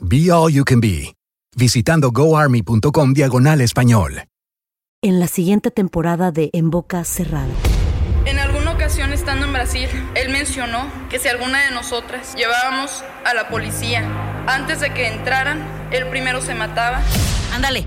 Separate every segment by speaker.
Speaker 1: Be All You Can Be, visitando goarmy.com diagonal español.
Speaker 2: En la siguiente temporada de En Boca Cerrada.
Speaker 3: En alguna ocasión estando en Brasil, él mencionó que si alguna de nosotras llevábamos a la policía antes de que entraran, él primero se mataba.
Speaker 2: Ándale,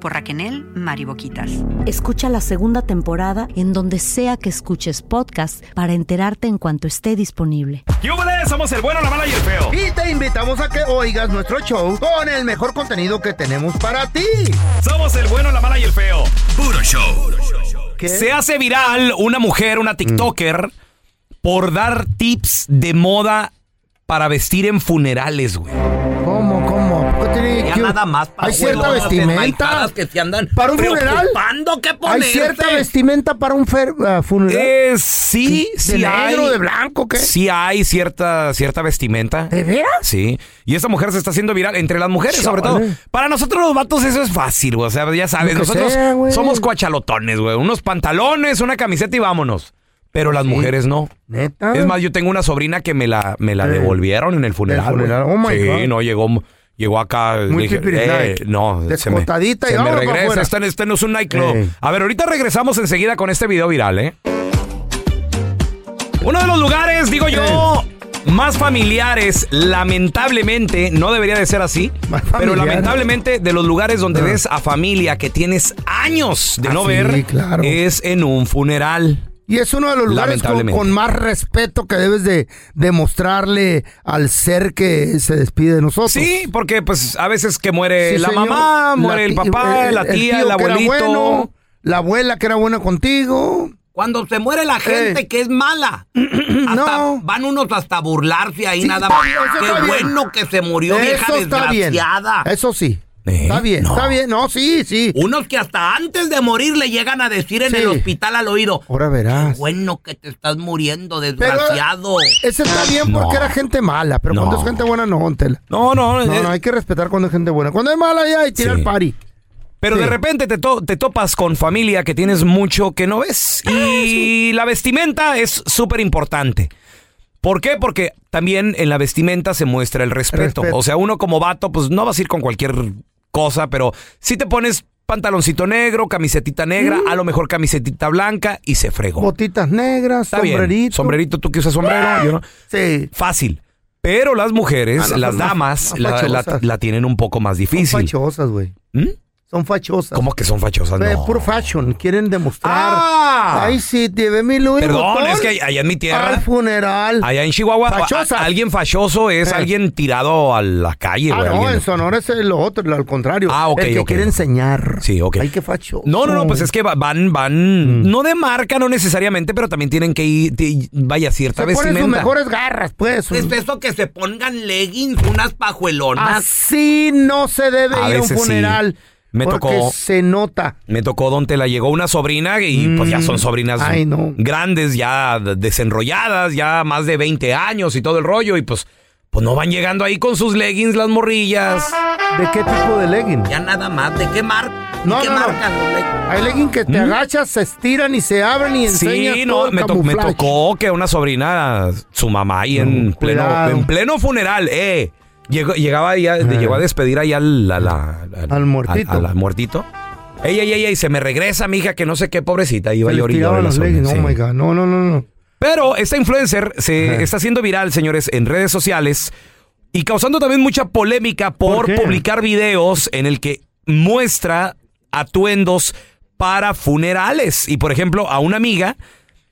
Speaker 4: Por Raquenel Mariboquitas.
Speaker 2: Escucha la segunda temporada en donde sea que escuches podcast para enterarte en cuanto esté disponible.
Speaker 5: ¡Yúbales! Somos el bueno, la mala y el feo.
Speaker 6: Y te invitamos a que oigas nuestro show con el mejor contenido que tenemos para ti.
Speaker 5: Somos el bueno, la mala y el feo. Puro show.
Speaker 6: ¿Qué?
Speaker 5: Se hace viral una mujer, una TikToker, por dar tips de moda para vestir en funerales, güey.
Speaker 6: ¿Cómo, cómo? ¿Por qué tiene
Speaker 7: Ya
Speaker 6: que-
Speaker 7: nada más para
Speaker 6: Hay cierta vestimenta.
Speaker 7: que te andan
Speaker 6: ¿Para un funeral?
Speaker 7: preocupando, ¿qué
Speaker 6: Hay
Speaker 7: ponerte?
Speaker 6: cierta vestimenta para un fer- ah, funeral.
Speaker 5: Eh, sí,
Speaker 6: ¿De
Speaker 5: sí
Speaker 6: negro,
Speaker 5: hay.
Speaker 6: de blanco, qué?
Speaker 5: Sí hay cierta, cierta vestimenta.
Speaker 6: ¿De veras?
Speaker 5: Sí. Y esta mujer se está haciendo viral entre las mujeres, sobre todo.
Speaker 6: Chale.
Speaker 5: Para nosotros los vatos eso es fácil, güey. O sea, ya sabes,
Speaker 6: Lo que
Speaker 5: nosotros
Speaker 6: sea, güey.
Speaker 5: somos cuachalotones, güey. Unos pantalones, una camiseta y vámonos. Pero las mujeres no.
Speaker 6: Neta.
Speaker 5: Es más, yo tengo una sobrina que me la, me la
Speaker 6: Eh.
Speaker 5: devolvieron en el funeral.
Speaker 6: Del funeral.
Speaker 5: güey.
Speaker 6: Oh, my
Speaker 5: sí,
Speaker 6: God.
Speaker 5: no, llegó, llegó acá.
Speaker 6: Muy
Speaker 5: dije,
Speaker 6: tipiris
Speaker 5: eh,
Speaker 6: Nike.
Speaker 5: no, se me,
Speaker 6: Descotadita y
Speaker 5: se me
Speaker 6: vámonos pa'
Speaker 5: regresa.
Speaker 6: afuera.
Speaker 5: Este, este no es un nightclub.
Speaker 6: Eh.
Speaker 5: A ver, ahorita regresamos enseguida con este video viral, ¿eh? Uno de los lugares, digo yo, más familiares, lamentablemente, no debería de ser así,
Speaker 6: Más
Speaker 5: pero
Speaker 6: familiares.
Speaker 5: lamentablemente de los lugares donde ves a familia que tienes años de no
Speaker 6: Ah, sí,
Speaker 5: ver,
Speaker 6: claro.
Speaker 5: es en un funeral.
Speaker 6: Y es uno de los lugares con,
Speaker 5: Lamentablemente.
Speaker 6: con más respeto que debes de demostrarle al ser que se despide de nosotros.
Speaker 5: Sí, porque pues a veces que muere
Speaker 6: Sí,
Speaker 5: la
Speaker 6: señor.
Speaker 5: mamá, muere
Speaker 6: La
Speaker 5: el
Speaker 6: ti-
Speaker 5: papá,
Speaker 6: eh,
Speaker 5: la tía, el,
Speaker 6: tío que era
Speaker 5: abuelito.
Speaker 6: bueno, la abuela que era buena contigo.
Speaker 7: Cuando se muere la gente
Speaker 6: Eh.
Speaker 7: que es mala, hasta-
Speaker 6: No.
Speaker 7: van unos hasta a burlarse ahí
Speaker 6: Sí,
Speaker 7: nada
Speaker 6: está
Speaker 7: más.
Speaker 6: bien, eso
Speaker 7: Qué
Speaker 6: está bien.
Speaker 7: bueno que se murió vieja
Speaker 6: Eso está bien.
Speaker 7: desgraciada.
Speaker 6: Eso sí.
Speaker 5: Eh,
Speaker 6: Está bien,
Speaker 5: no.
Speaker 6: está bien. No, sí, sí.
Speaker 7: Unos que hasta antes de morir le llegan a decir en
Speaker 6: Sí.
Speaker 7: el hospital al oído,
Speaker 6: Ahora verás.
Speaker 7: bueno que te estás muriendo,
Speaker 6: Pero-
Speaker 7: desgraciado.
Speaker 6: Ese está bien porque
Speaker 5: No.
Speaker 6: era gente mala, pero
Speaker 5: No.
Speaker 6: cuando es gente buena no, don Tela.
Speaker 5: No, no,
Speaker 6: No,
Speaker 5: eh,
Speaker 6: no, hay que respetar cuando es gente buena. Cuando es mala ya hay que ir
Speaker 5: Sí.
Speaker 6: al party.
Speaker 5: Pero
Speaker 6: Sí.
Speaker 5: de repente te, to- te topas con familia que tienes mucho que no ves. Y la vestimenta es súper importante. ¿Por qué? Porque también en la vestimenta se muestra el respeto.
Speaker 6: Respeto.
Speaker 5: O sea, uno como vato, pues no vas a ir con cualquier cosa, pero si te pones pantaloncito negro, camisetita negra, a lo mejor camisetita blanca y se fregó.
Speaker 6: Mm. Botitas negras,
Speaker 5: Está bien.
Speaker 6: sombrerito. Ah,
Speaker 5: Sombrerito, tú que usas sombrero, yo no.
Speaker 6: Sí.
Speaker 5: Fácil. Pero las mujeres,
Speaker 6: Ah, no,
Speaker 5: las
Speaker 6: son más-
Speaker 5: damas,
Speaker 6: más
Speaker 5: la, la-
Speaker 6: fachosas.
Speaker 5: la tienen un poco más
Speaker 6: Son
Speaker 5: difícil.
Speaker 6: fachosas, güey.
Speaker 5: ¿Mm?
Speaker 6: Son fachosas.
Speaker 5: ¿Cómo Oh, que son fachosas?
Speaker 6: Eh,
Speaker 5: No.
Speaker 6: Puro fashion, quieren demostrar.
Speaker 5: ¡Ah!
Speaker 6: Ay, sí, llevé mi Louis
Speaker 5: Perdón,
Speaker 6: Vuitton
Speaker 5: es que allá en mi
Speaker 6: Al
Speaker 5: tierra,
Speaker 6: funeral.
Speaker 5: allá en Chihuahua, a-
Speaker 6: Fachosa.
Speaker 5: a- alguien fachoso es
Speaker 6: Eh.
Speaker 5: alguien tirado a la calle,
Speaker 6: ah,
Speaker 5: güey,
Speaker 6: no,
Speaker 5: alguien-
Speaker 6: en Sonora es lo otro, lo al contrario.
Speaker 5: Ah, ok,
Speaker 6: El que
Speaker 5: ok.
Speaker 6: quiere enseñar.
Speaker 5: Sí, ok.
Speaker 6: Ay, qué facho.
Speaker 5: No, no, no, pues es que va- van, van,
Speaker 6: Mm.
Speaker 5: no de marca, no necesariamente, pero también tienen que ir, ti- vaya cierta
Speaker 6: Se ponen sus
Speaker 5: vestimenta.
Speaker 6: mejores garras, pues.
Speaker 7: Es
Speaker 5: Este
Speaker 7: eso que se pongan leggings, unas pajuelonas.
Speaker 6: Así no se debe
Speaker 5: A
Speaker 6: ir a un
Speaker 5: veces sí.
Speaker 6: funeral.
Speaker 5: Me
Speaker 6: porque
Speaker 5: tocó.
Speaker 6: se nota.
Speaker 5: Me tocó donde la llegó una sobrina y pues ya son sobrinas
Speaker 6: Mm, ay, no.
Speaker 5: grandes, ya d- desenrolladas, ya más de 20 años y todo el rollo y pues pues no van llegando ahí con sus leggings las morrillas.
Speaker 6: ¿De qué tipo de legging?
Speaker 7: Ya nada más. ¿De qué marca?
Speaker 6: No,
Speaker 7: ¿Qué
Speaker 6: no, no.
Speaker 7: marca?
Speaker 6: Hay leggings que te
Speaker 5: ¿Mm?
Speaker 6: agachas, se estiran y se abren y enseñas
Speaker 5: Sí,
Speaker 6: todo
Speaker 5: no,
Speaker 6: el
Speaker 5: me, to- me
Speaker 6: camuflaje.
Speaker 5: tocó oh, que una sobrina, su mamá ahí en pleno
Speaker 6: cuidado.
Speaker 5: en pleno funeral, eh, llegó, llegaba ya, llegó a despedir ahí al, a la- al-
Speaker 6: Al muertito.
Speaker 5: al- al muertito. Ey, ey, ey, ey, se me regresa mi hija que no sé qué pobrecita, iba
Speaker 6: Se les
Speaker 5: llorando.
Speaker 6: tiraban los leggings. Oh my God. No, no, no, no.
Speaker 5: Pero esta influencer se está haciendo viral, señores, en redes sociales y causando también mucha polémica por, publicar videos en el que muestra atuendos para funerales. Y por ejemplo, a una amiga,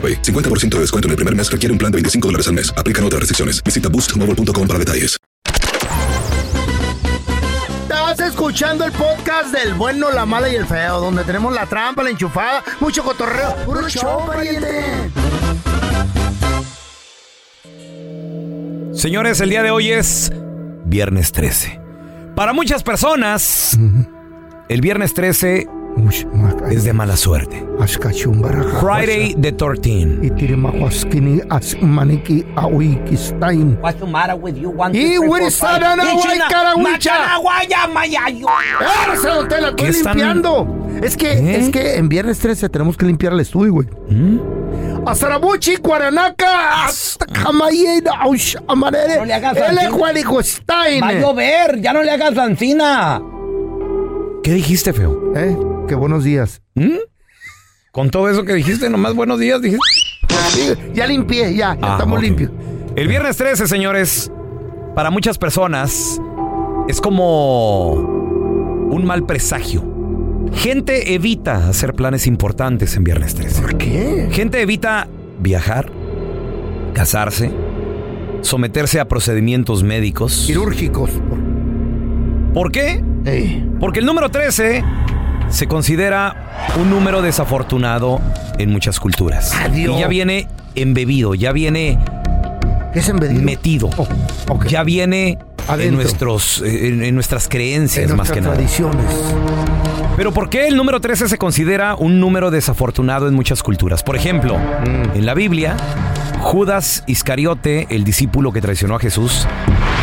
Speaker 8: 50% de descuento en el primer mes requiere un plan de 25 dólares al mes. Aplican otras restricciones. Visita boostmobile.com para detalles.
Speaker 6: Estás escuchando el podcast del bueno, la mala y el feo, donde tenemos la trampa, la enchufada, mucho cotorreo. ¡Puro show, pariente!
Speaker 5: Señores, el día de hoy es viernes 13. Para muchas personas, el viernes 13 es de mala suerte. Friday the 13.
Speaker 7: What's the matter with you? One,
Speaker 6: Y
Speaker 7: two, three,
Speaker 6: Wiri
Speaker 7: four, five.
Speaker 6: Sarana,
Speaker 7: Ichina,
Speaker 6: Guaycarahuicha.
Speaker 7: Macanaguaya, Mayayo.
Speaker 6: ¡Árrese, don Tela, estoy limpiando! Es que,
Speaker 5: ¿Eh?
Speaker 6: es que en viernes 13 tenemos que limpiar el estudio, güey.
Speaker 5: ¿Mm?
Speaker 6: Azarabuchi, Cuaranaca, hasta Camayena, Aush, Amarere,
Speaker 7: No le hagas
Speaker 6: Ele,
Speaker 7: así.
Speaker 6: Juanico, Stein.
Speaker 7: Va a llover, ya no le hagas lancina.
Speaker 5: ¿Qué dijiste, feo?
Speaker 6: ¿Eh? Que buenos días.
Speaker 5: Con todo eso que dijiste, nomás buenos días, dijiste.
Speaker 6: Ya limpié, ya, ya
Speaker 5: Ah,
Speaker 6: estamos
Speaker 5: ok.
Speaker 6: limpios.
Speaker 5: El viernes 13, señores, para muchas personas es como un mal presagio. Gente evita hacer planes importantes en viernes 13. ¿Por
Speaker 6: qué?
Speaker 5: Gente evita viajar, casarse, someterse a procedimientos médicos.
Speaker 6: Quirúrgicos.
Speaker 5: ¿Por qué? Porque el número 13 se considera un número desafortunado en muchas culturas.
Speaker 6: Dios.
Speaker 5: Y ya viene embebido, ya viene metido. Ya viene en,
Speaker 6: Oh, Adentro.
Speaker 5: nuestros, eh, en, en nuestras creencias
Speaker 6: En
Speaker 5: más
Speaker 6: nuestras
Speaker 5: que nada.
Speaker 6: tradiciones.
Speaker 5: Pero ¿por qué el número 13 se considera un número desafortunado en muchas culturas? Por ejemplo,
Speaker 6: Mm.
Speaker 5: en la Biblia, Judas Iscariote, el discípulo que traicionó a Jesús,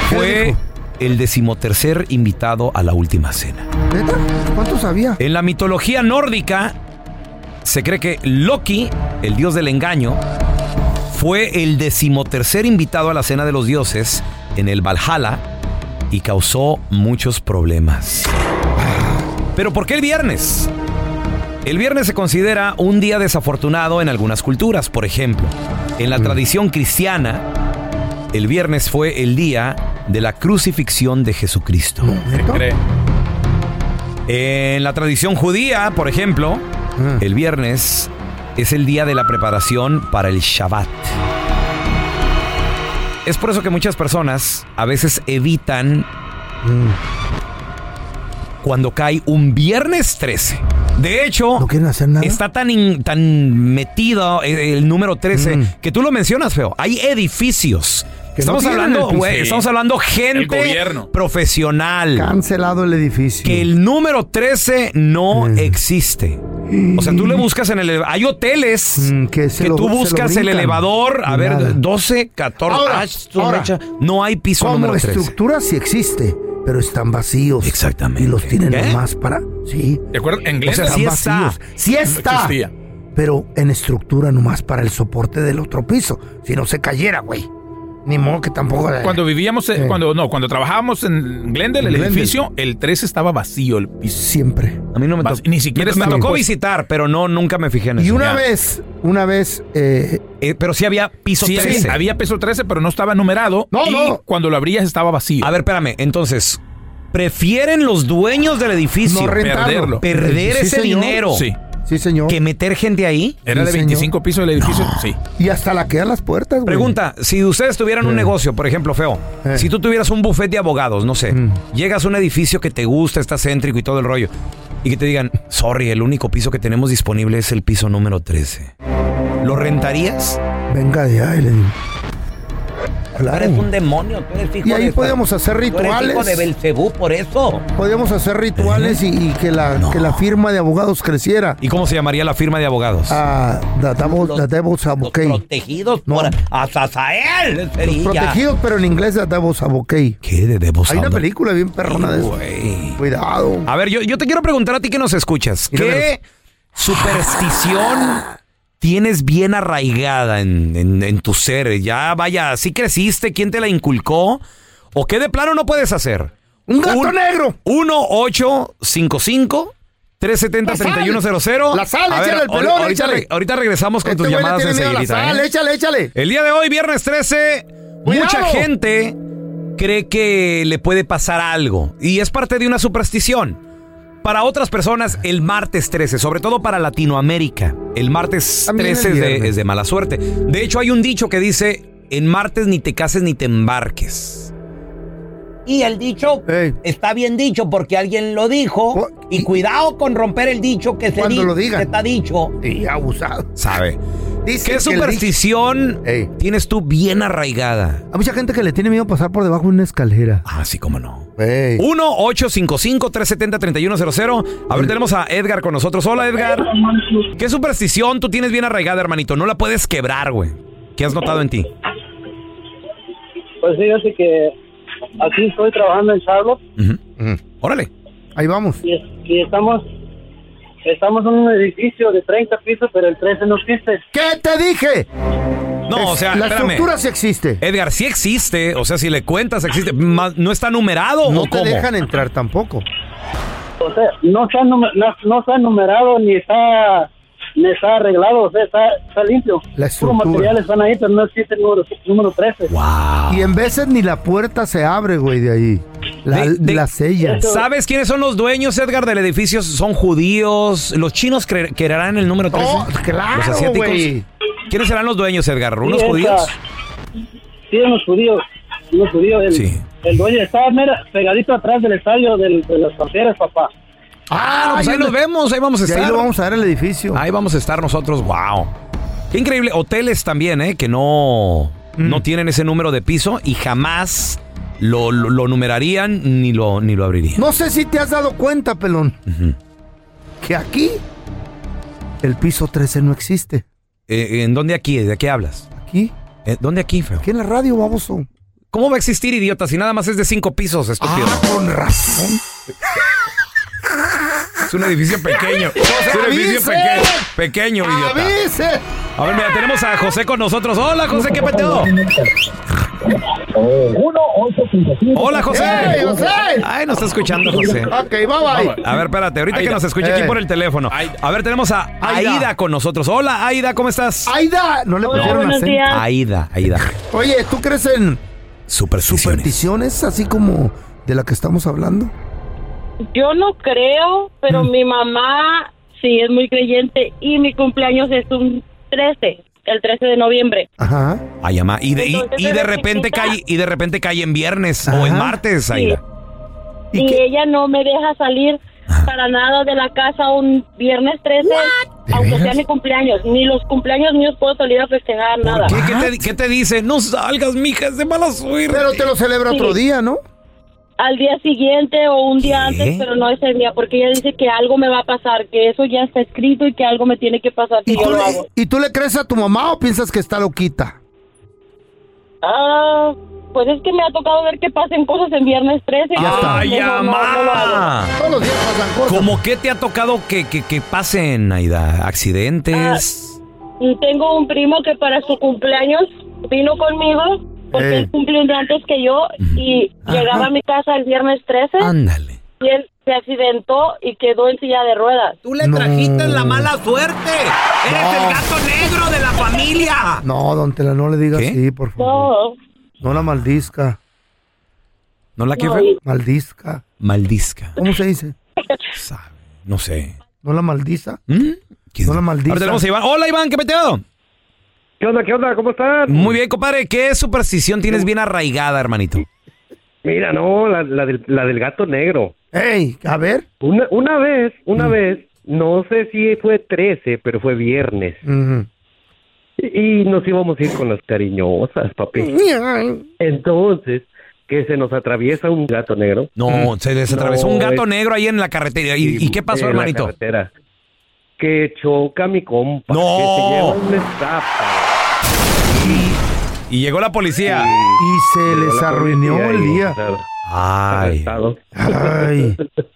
Speaker 5: fue el decimotercer invitado a la última cena.
Speaker 6: ¿Neta? ¿Cuánto sabía?
Speaker 5: En la mitología nórdica se cree que Loki, el dios del engaño, fue el decimotercer invitado a la cena de los dioses en el Valhalla y causó muchos problemas. Pero ¿por qué el viernes? El viernes se considera un día desafortunado en algunas culturas, por ejemplo. En
Speaker 6: Mm.
Speaker 5: la tradición cristiana, el viernes fue el día de la crucifixión de Jesucristo. En la tradición judía, por ejemplo, el viernes es el día de la preparación para el Shabbat. Es por eso que muchas personas a veces evitan mm, cuando cae un viernes 13. De hecho, está tan, in- tan metido eh, el número 13 que tú lo mencionas, feo. Hay edificios.
Speaker 6: Mm. Que
Speaker 5: Estamos
Speaker 6: no tienen
Speaker 5: hablando,
Speaker 6: el-
Speaker 5: güey,
Speaker 6: Sí.
Speaker 5: estamos hablando gente
Speaker 6: El gobierno.
Speaker 5: profesional.
Speaker 6: Cancelado el edificio.
Speaker 5: Que el número 13 no
Speaker 6: Mm.
Speaker 5: existe. O sea, tú le buscas en el elevador. Hay hoteles
Speaker 6: Mm, que,
Speaker 7: se lo-
Speaker 5: tú
Speaker 7: se lo
Speaker 5: buscas el
Speaker 7: brincan.
Speaker 5: elevador. A
Speaker 7: Y
Speaker 5: ver,
Speaker 7: nada.
Speaker 5: 12, 14.
Speaker 6: Ahora,
Speaker 5: ah, su
Speaker 6: ahora.
Speaker 5: mecha. no hay piso
Speaker 6: Como
Speaker 5: número 13.
Speaker 6: estructura sí existe, pero están vacíos. Exactamente. Y los tienen
Speaker 5: ¿Qué?
Speaker 6: nomás para... Sí.
Speaker 9: ¿De acuerdo? En inglés
Speaker 6: O sea,
Speaker 9: sí
Speaker 6: están
Speaker 9: está.
Speaker 6: vacíos. Sí
Speaker 9: No
Speaker 6: está.
Speaker 9: existía.
Speaker 6: pero en estructura nomás para el soporte del otro piso. Si no se cayera, güey. Ni modo que tampoco. la-
Speaker 9: Cuando vivíamos, eh, cuando no, cuando trabajábamos en Glendale, el
Speaker 6: Glendale.
Speaker 9: edificio, el 3 estaba vacío el piso.
Speaker 6: Siempre.
Speaker 5: A mí no me
Speaker 9: Vas-
Speaker 5: tocó.
Speaker 9: ni siquiera
Speaker 5: me, me
Speaker 9: estaba-
Speaker 5: tocó
Speaker 9: pues-
Speaker 5: visitar, pero no, nunca me fijé en eso.
Speaker 6: Y una
Speaker 5: Ya.
Speaker 6: vez, una vez. eh,
Speaker 5: Eh, pero sí había piso
Speaker 9: Sí,
Speaker 5: 13.
Speaker 9: sí, había piso 13, pero no estaba numerado.
Speaker 5: No,
Speaker 9: y
Speaker 5: no.
Speaker 9: cuando lo abrías estaba vacío.
Speaker 5: A ver, espérame. Entonces, prefieren los dueños del edificio
Speaker 9: No rentarlo.
Speaker 5: perderlo. perder
Speaker 6: Sí,
Speaker 5: ese
Speaker 6: señor.
Speaker 5: dinero
Speaker 9: Sí.
Speaker 6: Sí, señor.
Speaker 5: que meter gente ahí.
Speaker 9: Era de 25 pisos del edificio. Sí.
Speaker 6: Y hasta la quedan las puertas, güey.
Speaker 5: Pregunta, si ustedes tuvieran un negocio, por ejemplo, feo, si tú tuvieras un buffet de abogados, no sé,
Speaker 6: Mm.
Speaker 5: llegas a un edificio que te gusta, está céntrico y todo el rollo, y que te digan, sorry, el único piso que tenemos disponible es el piso número 13. ¿Lo rentarías?
Speaker 6: Venga de ahí, le digo. Claro.
Speaker 5: Eres un demonio, tú eres hijo
Speaker 6: Y ahí
Speaker 5: de-
Speaker 6: podíamos hacer
Speaker 5: tú eres
Speaker 6: rituales.
Speaker 5: hijo de Belcebú, por eso.
Speaker 6: Podíamos hacer rituales y, y que, la, que la firma de abogados creciera.
Speaker 5: ¿Y cómo se llamaría la firma de abogados?
Speaker 6: Ah, the devil's, the devil's advocate.
Speaker 5: Protegidos por Azazael.
Speaker 6: Los protegidos, pero en inglés the devil's advocate.
Speaker 5: ¿Qué de devil's
Speaker 6: Hay una
Speaker 5: advocate?
Speaker 6: película bien perrona de eso. Cuidado.
Speaker 5: A ver, yo, yo te quiero preguntar a ti que nos escuchas. ¿Qué superstición tienes bien arraigada en, en- en tu ser? Ya vaya, si creciste, ¿quién te la inculcó? ¿O qué de plano no puedes hacer?
Speaker 6: ¡Un gato negro!
Speaker 5: 1855 370 3100
Speaker 6: La sal,
Speaker 5: A ver,
Speaker 6: échale el
Speaker 5: ahor-
Speaker 6: pelón,
Speaker 5: ahorita,
Speaker 6: échale.
Speaker 5: re- ahorita regresamos con
Speaker 6: Este
Speaker 5: tus
Speaker 6: güey le
Speaker 5: llamadas
Speaker 6: tiene miedo a la
Speaker 5: enseguidita.
Speaker 6: sal,
Speaker 5: ¿eh?
Speaker 6: échale, échale.
Speaker 5: El día de hoy, viernes 13, mucha gente cree que le puede pasar algo y es parte de una superstición. Para otras personas, el martes 13, sobre todo para Latinoamérica, el martes
Speaker 6: También el
Speaker 5: 13 es de,
Speaker 6: viernes.
Speaker 5: es de mala suerte. De hecho, hay un dicho que dice, en martes ni te cases ni te embarques.
Speaker 7: Y el dicho está bien dicho porque alguien lo dijo. Y cuidado con romper el dicho que se,
Speaker 6: Cuando
Speaker 7: di-
Speaker 6: lo digan.
Speaker 7: que está dicho.
Speaker 6: Y abusado.
Speaker 5: ¿Sabe?
Speaker 6: Dice que
Speaker 5: ¿Qué
Speaker 6: el
Speaker 5: superstición tienes tú bien arraigada?
Speaker 6: Hay mucha gente que le tiene miedo pasar por debajo de una escalera.
Speaker 5: Ah, sí, cómo no. 1-855-370-3100. A ver, tenemos a Edgar con nosotros. Hola, Edgar. ¿Qué superstición tú tienes bien arraigada, hermanito? No la puedes quebrar, güey. ¿Qué has notado en ti?
Speaker 10: Pues fíjate que aquí estoy trabajando en Charlotte
Speaker 5: Órale.
Speaker 6: Ahí vamos.
Speaker 10: y, y estamos estamos en un edificio de 30 pisos, pero el 13 no existe.
Speaker 6: ¿Qué te dije?
Speaker 5: No, o sea,
Speaker 6: la
Speaker 5: espérame.
Speaker 6: estructura sí existe.
Speaker 5: Edgar, sí existe. O sea, si le cuentas, existe. Ma- ¿No está numerado
Speaker 6: No
Speaker 5: o
Speaker 6: te
Speaker 5: cómo?
Speaker 6: dejan entrar tampoco.
Speaker 10: O sea, no está, nume- no, no está numerado ni está ni está arreglado, o sea, está, está limpio.
Speaker 6: La
Speaker 10: Puros
Speaker 6: estructura.
Speaker 10: materiales están ahí, pero no existe el número, número 13.
Speaker 6: Y en veces ni la puerta se abre, güey, de ahí. La, la sellan.
Speaker 5: ¿Sabes quiénes son los dueños, Edgar, del edificio? Son judíos. ¿Los chinos cre- creerán el número 13?
Speaker 6: Oh, claro,
Speaker 5: ¿Los asiáticos?
Speaker 6: güey.
Speaker 5: ¿Quiénes serán los dueños, Edgar? ¿Unos
Speaker 10: Sí, esa-
Speaker 5: judíos?
Speaker 10: Sí, unos judíos. Unos judíos. El,
Speaker 5: Sí.
Speaker 10: el dueño está mira, pegadito atrás del estadio del- de las fronteras, papá.
Speaker 5: Ah, pues ahí nos vemos, ahí vamos a
Speaker 10: De
Speaker 5: estar.
Speaker 10: ahí lo
Speaker 6: vamos a ver el edificio.
Speaker 5: Ahí vamos a estar nosotros, wow. Qué increíble. Hoteles también, ¿eh? Que no,
Speaker 6: Mm.
Speaker 5: no tienen ese número de piso y jamás lo, lo- lo numerarían ni lo, ni lo abrirían.
Speaker 6: No sé si te has dado cuenta, pelón,
Speaker 5: Ujú.
Speaker 6: que aquí el piso 13 no existe.
Speaker 5: Eh, ¿En dónde aquí? ¿De qué hablas?
Speaker 6: Aquí.
Speaker 5: Eh, ¿Dónde aquí, feo?
Speaker 6: Aquí en la radio, baboso.
Speaker 5: ¿Cómo va a existir, idiota, si nada más es de cinco pisos, estúpido?
Speaker 6: Ah, Con razón.
Speaker 5: Es un edificio pequeño. Es un edificio
Speaker 6: avisen!
Speaker 5: pequeño. Pequeño, idiota.
Speaker 6: ¡Avise!
Speaker 5: A ver, mira, tenemos a José con nosotros. Hola, José, ¿qué peteo? Hola, José.
Speaker 6: ¡Ey, José!
Speaker 5: Ay, nos está escuchando, José.
Speaker 6: Ok, bye bye.
Speaker 5: A ver, espérate, ahorita que
Speaker 6: Aida.
Speaker 5: nos escuche aquí
Speaker 6: Eh.
Speaker 5: por el teléfono. A ver, tenemos a
Speaker 6: Aida.
Speaker 5: Aida, con nosotros. Hola, Aida, ¿cómo estás?
Speaker 6: Aida, no le
Speaker 5: Hola,
Speaker 6: pusieron
Speaker 5: buenos
Speaker 6: acento.
Speaker 5: días. Aida, Aida.
Speaker 6: Oye, ¿tú crees en
Speaker 5: supersticiones.
Speaker 6: así como de la que estamos hablando?
Speaker 11: Yo no creo, pero mi mamá sí es muy creyente y mi cumpleaños es un 13, el 13 de noviembre.
Speaker 6: Ajá.
Speaker 5: Ay, mamá. Y de, y, y de repente cae, y de repente cae en viernes o en martes, Aida. Ah.
Speaker 11: Y, ella no me deja salir para nada de la casa un viernes 13, aunque sea mi cumpleaños. Ni los cumpleaños míos puedo salir a festejar, nada.
Speaker 5: ¿Qué, qué te, qué te dice? No salgas, mija, es de mala suerte.
Speaker 6: Pero te lo celebra otro
Speaker 11: Sí.
Speaker 6: día, ¿no?
Speaker 11: Al día siguiente o un día antes, pero no ese día, porque ella dice que algo me va a pasar, que eso ya está escrito y que algo me tiene que pasar. que
Speaker 6: ¿Y
Speaker 11: yo
Speaker 6: tú,
Speaker 11: lo
Speaker 6: le,
Speaker 11: hago.
Speaker 6: ¿Y tú le crees a tu mamá o piensas que está loquita?
Speaker 11: Ah, pues es que me ha tocado ver que pasen cosas en viernes 13.
Speaker 5: Ya está.
Speaker 11: Ay,
Speaker 5: Ay, mamá.
Speaker 6: Todos los días pasan cosas.
Speaker 5: ¿Cómo qué te ha tocado que, que, que pasen, Aida? ¿Accidentes?
Speaker 11: Y tengo un primo que para su cumpleaños vino conmigo porque él cumple un día antes que yo y llegaba a mi casa el viernes 13.
Speaker 5: Ándale.
Speaker 11: Y él se accidentó y quedó en silla de ruedas.
Speaker 7: Tú le trajiste la mala suerte. Eres el gato negro de la familia.
Speaker 6: No, don Tela, no le digas así, por
Speaker 11: No,
Speaker 6: favor. No la maldizca.
Speaker 5: ¿No la
Speaker 6: qué
Speaker 5: qué fue? No.
Speaker 6: Maldizca.
Speaker 5: Maldizca.
Speaker 6: ¿Cómo se dice?
Speaker 5: No sé.
Speaker 6: ¿No la maldiza? ¿No la maldiza?
Speaker 5: Ahora tenemos a Iván. Hola, Iván, ¿qué peteado?
Speaker 12: ¿Qué onda, qué onda? ¿Cómo están?
Speaker 5: Muy bien, compadre. ¿Qué superstición tienes bien arraigada, hermanito?
Speaker 12: Mira, no, la, la del, la del gato negro.
Speaker 6: ¡Ey! A ver.
Speaker 12: Una, una vez, una vez, no sé si fue 13, pero fue viernes. Y, y nos íbamos a ir con las cariñosas, papi. Entonces, que se nos atraviesa un gato negro.
Speaker 5: No, se les atravesó un gato
Speaker 12: Mm. es-
Speaker 5: negro ahí en la carretera. ¿Y, y qué pasó,
Speaker 12: en la
Speaker 5: hermanito?
Speaker 12: carretera. Que choca mi compa.
Speaker 5: No.
Speaker 12: Que se lleva un estapa.
Speaker 5: Y llegó la policía.
Speaker 6: Y se les arruinó el día.
Speaker 5: Ay.
Speaker 6: Ay.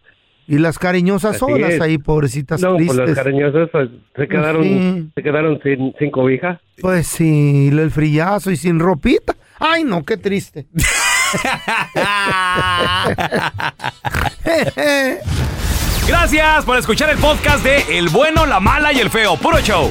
Speaker 6: Y las cariñosas
Speaker 12: Así
Speaker 6: solas
Speaker 12: es.
Speaker 6: ahí, pobrecitas
Speaker 12: No, pues
Speaker 6: tristes. Pues
Speaker 12: las cariñosas eh, se quedaron,
Speaker 6: Sí.
Speaker 12: se quedaron sin, sin cobija.
Speaker 6: Pues sí, el frillazo y sin ropita. Ay, no, qué triste.
Speaker 5: Gracias por escuchar el podcast de El bueno, la mala y el feo. Puro show.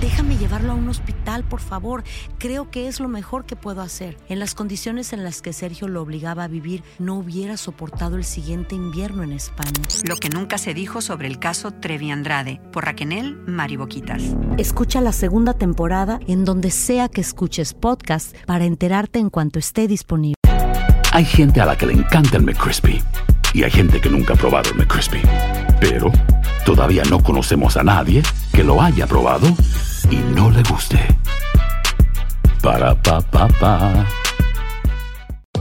Speaker 2: Déjame llevarlo a un hospital, por favor. Creo que es lo mejor que puedo hacer. En las condiciones en las que Sergio lo obligaba a vivir, no hubiera soportado el siguiente invierno en España.
Speaker 4: Lo que nunca se dijo sobre el caso Trevi Andrade por Raquel Mariboquitas.
Speaker 2: Escucha la segunda temporada en donde sea que escuches podcast para enterarte en cuanto esté disponible.
Speaker 13: Hay gente a la que le encanta el McCrispy y hay gente que nunca ha probado el McCrispy. Pero todavía no conocemos a nadie que lo haya probado y no le guste. Para pa pa pa.